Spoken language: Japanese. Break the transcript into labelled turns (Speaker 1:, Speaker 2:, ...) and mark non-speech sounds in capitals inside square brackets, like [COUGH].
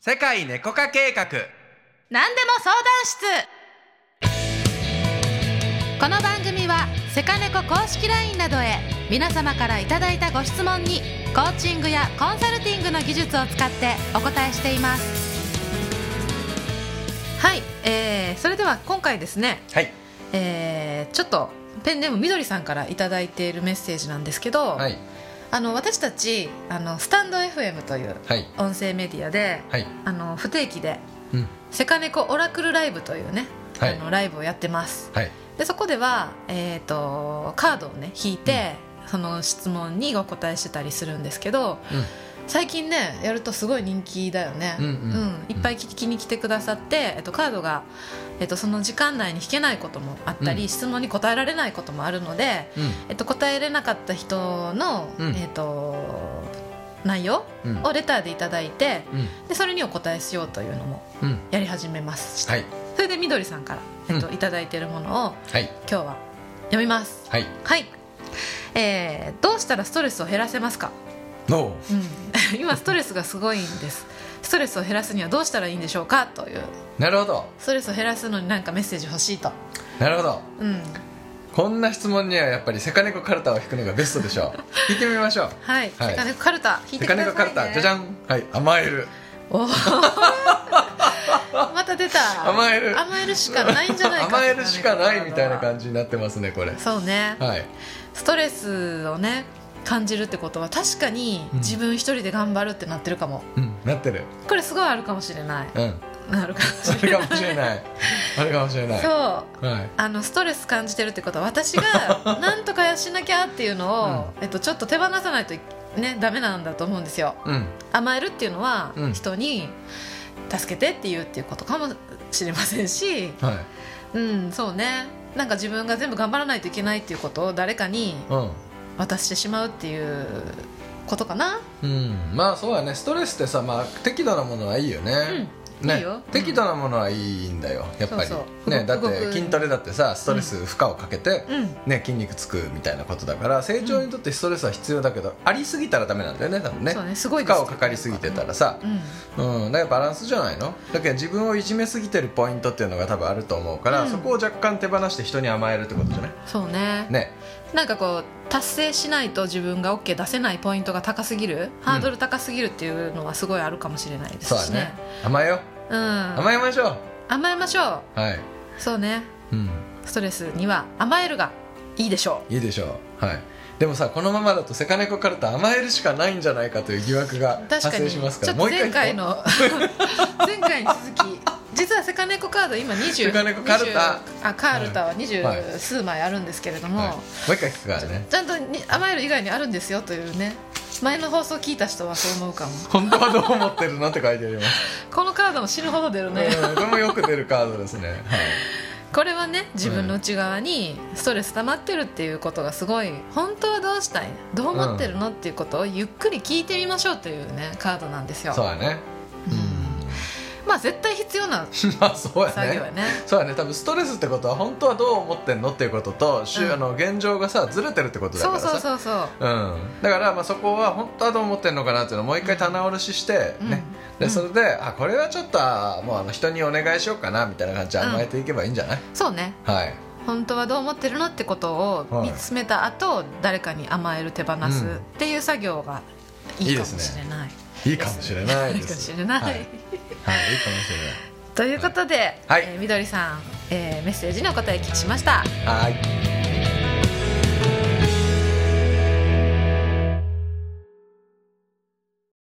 Speaker 1: 世界猫化計画
Speaker 2: 何でも相談室この番組はセカネコ公式 LINE などへ皆様からいただいたご質問にコーチングやコンサルティングの技術を使ってお答えしていますはい、えー、それでは今回ですね、
Speaker 1: はい
Speaker 2: えー、ちょっとペンネームみどりさんからいただいているメッセージなんですけど、
Speaker 1: はい
Speaker 2: あの私たちあのスタンド FM という
Speaker 1: はい
Speaker 2: 音声メディアで、
Speaker 1: はい
Speaker 2: あの不定期で
Speaker 1: うん
Speaker 2: セカネコオラクルライブというね、
Speaker 1: はい
Speaker 2: あのライブをやってます
Speaker 1: はい
Speaker 2: でそこでは、えー、とカードをね引いて、その質問にお答えしてたりするんですけど最近ねやるとすごい人気だよね、
Speaker 1: うんうん
Speaker 2: いっぱい聞きに来てくださって、えっと、カードが、えっと、その時間内に引けないこともあったり、
Speaker 1: うん
Speaker 2: 質問に答えられないこともあるので、
Speaker 1: うん
Speaker 2: えっと、答えれなかった人の、
Speaker 1: うん
Speaker 2: えっと、内容
Speaker 1: うん
Speaker 2: をレターでいただいて
Speaker 1: うん
Speaker 2: でそれにお答えしようというのも
Speaker 1: うんうん
Speaker 2: やり始めます、
Speaker 1: はい
Speaker 2: それでみどりさんから、えっと
Speaker 1: う
Speaker 2: いただいているものを
Speaker 1: はい
Speaker 2: 今日は読みます
Speaker 1: はい
Speaker 2: はい、えーどうしたらストレスを減らせますか、
Speaker 1: の
Speaker 2: うん、 [LAUGHS] 今ストレスがすごいんですストレスを減らすにはどうしたらいいんでしょうかという
Speaker 1: なるほど
Speaker 2: ストレスを減らすのになんかメッセージ欲しいと
Speaker 1: なるほど
Speaker 2: うん
Speaker 1: こんな質問にはやっぱりセカネコカルタを引くのがベストでしょう
Speaker 2: [LAUGHS]
Speaker 1: 聞いてみましょう
Speaker 2: はい、
Speaker 1: はい
Speaker 2: セカネコカルタ引い
Speaker 1: セ
Speaker 2: て
Speaker 1: カ
Speaker 2: ください、ね、
Speaker 1: ネコカルタじゃじゃんはい甘える
Speaker 2: おー [LAUGHS] また出た
Speaker 1: 甘える
Speaker 2: 甘えるしかないんじゃないか
Speaker 1: 甘えるしかないみたいな
Speaker 2: じ
Speaker 1: 感じになってますねこれ
Speaker 2: そうね
Speaker 1: はい
Speaker 2: ストレスをね感じるってことは確かに
Speaker 1: うん
Speaker 2: 自分一人で頑張るってなってるかも、
Speaker 1: うんなってる
Speaker 2: これすごいあるかもしれない [LAUGHS]
Speaker 1: うん
Speaker 2: あるかも
Speaker 1: そ
Speaker 2: し
Speaker 1: れ
Speaker 2: れ
Speaker 1: か [LAUGHS] も
Speaker 2: ない
Speaker 1: しれないあれかもしれない
Speaker 2: そう
Speaker 1: は
Speaker 2: あのストレス感じてるってことは
Speaker 1: [LAUGHS]
Speaker 2: 私がなんとかしなきゃっていうのを、えっと、ちょっと手放さないといねダメなんだと思うんですよ
Speaker 1: いうん
Speaker 2: 甘えるっていうのは、
Speaker 1: うん
Speaker 2: 人に助けてって言うっていうことかもしれませんし
Speaker 1: はい
Speaker 2: うんそうねなんか自分が全部頑張らないといけないっていうことを誰かに
Speaker 1: うん
Speaker 2: 渡してしまうっていうことかな
Speaker 1: うん、まあそうだねストレスってさ、まあ、適度なものはいいよね、
Speaker 2: うん
Speaker 1: ね
Speaker 2: いいよ
Speaker 1: 適度なものはいいんだよやっぱり
Speaker 2: そうそう
Speaker 1: ね、だ
Speaker 2: 動
Speaker 1: っ
Speaker 2: く
Speaker 1: て筋トレだってさストレス負荷をかけて、
Speaker 2: うん
Speaker 1: ね、筋肉つくみたいなことだから成長にとってストレスは必要だけど、ありすぎたらダメなんだよね多分ね
Speaker 2: そうねすごい
Speaker 1: 負荷をかかりすぎてたらさ、
Speaker 2: うん
Speaker 1: うん、だからバランスじゃないのだけど自分をいじめすぎてるポイントっていうのが多分あると思うから、
Speaker 2: うん
Speaker 1: そこを若干手放して人に甘えるってことじゃない
Speaker 2: そうね
Speaker 1: ね
Speaker 2: なんかこう達成しないと自分が OK 出せないポイントが高すぎるハードル高すぎるっていうのはすごいあるかもしれないです
Speaker 1: そうだ
Speaker 2: し
Speaker 1: ね
Speaker 2: ね
Speaker 1: 甘えよ
Speaker 2: うん甘
Speaker 1: 甘えましょう、
Speaker 2: えましょ
Speaker 1: はい、
Speaker 2: うそうね
Speaker 1: うん、
Speaker 2: ストレスには甘えるがいいでしょ
Speaker 1: いいでしょうはいでもさこのままだとセカネコカルタ甘えるしかないんじゃないかという疑惑が
Speaker 2: う
Speaker 1: 発
Speaker 2: 確か
Speaker 1: 生
Speaker 2: に
Speaker 1: し
Speaker 2: ち
Speaker 1: ま
Speaker 2: ょ
Speaker 1: すから
Speaker 2: っと前回
Speaker 1: もう一 [LAUGHS]
Speaker 2: の前回に続き実はセカネコカード今20
Speaker 1: セカネコカルタ
Speaker 2: 20あカルタは二十
Speaker 1: はい
Speaker 2: 数枚あるんですけれど
Speaker 1: 聞こう
Speaker 2: も、
Speaker 1: はい、もう一回聞くからね
Speaker 2: ちゃんとに甘える以外にあるんですよというね前の放送聞いた人はそう思うかも
Speaker 1: 本当はどう思ってるのって書いてあります、
Speaker 2: このカードも死ぬほど出るね、
Speaker 1: うん、これもよく出るカードですね、はい、
Speaker 2: これはね自分の内側にストレス溜まってるっていうことがすごい本当はどうしたいどう思ってるのっていうことをゆっくり聞いてみましょうというねカードなんですよ
Speaker 1: そうだね
Speaker 2: まあ絶対必要
Speaker 1: う
Speaker 2: な
Speaker 1: ん [LAUGHS] まあそうや
Speaker 2: 作
Speaker 1: ね
Speaker 2: 業やね
Speaker 1: そうだね多分ストレスってことは本当はどう思ってんのっていうことと、しゅ
Speaker 2: うん
Speaker 1: あの現状がさずれてるってことだか
Speaker 2: そう
Speaker 1: らさ
Speaker 2: そうそうそう
Speaker 1: うん、だからまあそこは本当はどう思ってるのかなっていうのをもう一回棚卸しして、
Speaker 2: うん
Speaker 1: ね
Speaker 2: う
Speaker 1: で
Speaker 2: ん
Speaker 1: それであこれはちょっとあもうあの人にお願いしようかなみたいな感じで甘えていけばいいんじゃない、
Speaker 2: そうね
Speaker 1: はい
Speaker 2: 本当はどう思ってるのってことを
Speaker 1: はい
Speaker 2: 見つめた後、誰かに甘える手放すっていう作業がいいかもしれない、
Speaker 1: いいかもしれない
Speaker 2: いい
Speaker 1: で
Speaker 2: かも
Speaker 1: す
Speaker 2: しれない、
Speaker 1: はい、はい、いいかもし
Speaker 2: ということで、
Speaker 1: はい
Speaker 2: えーみどりさん、えーメッセージにお答えしました
Speaker 1: れないはい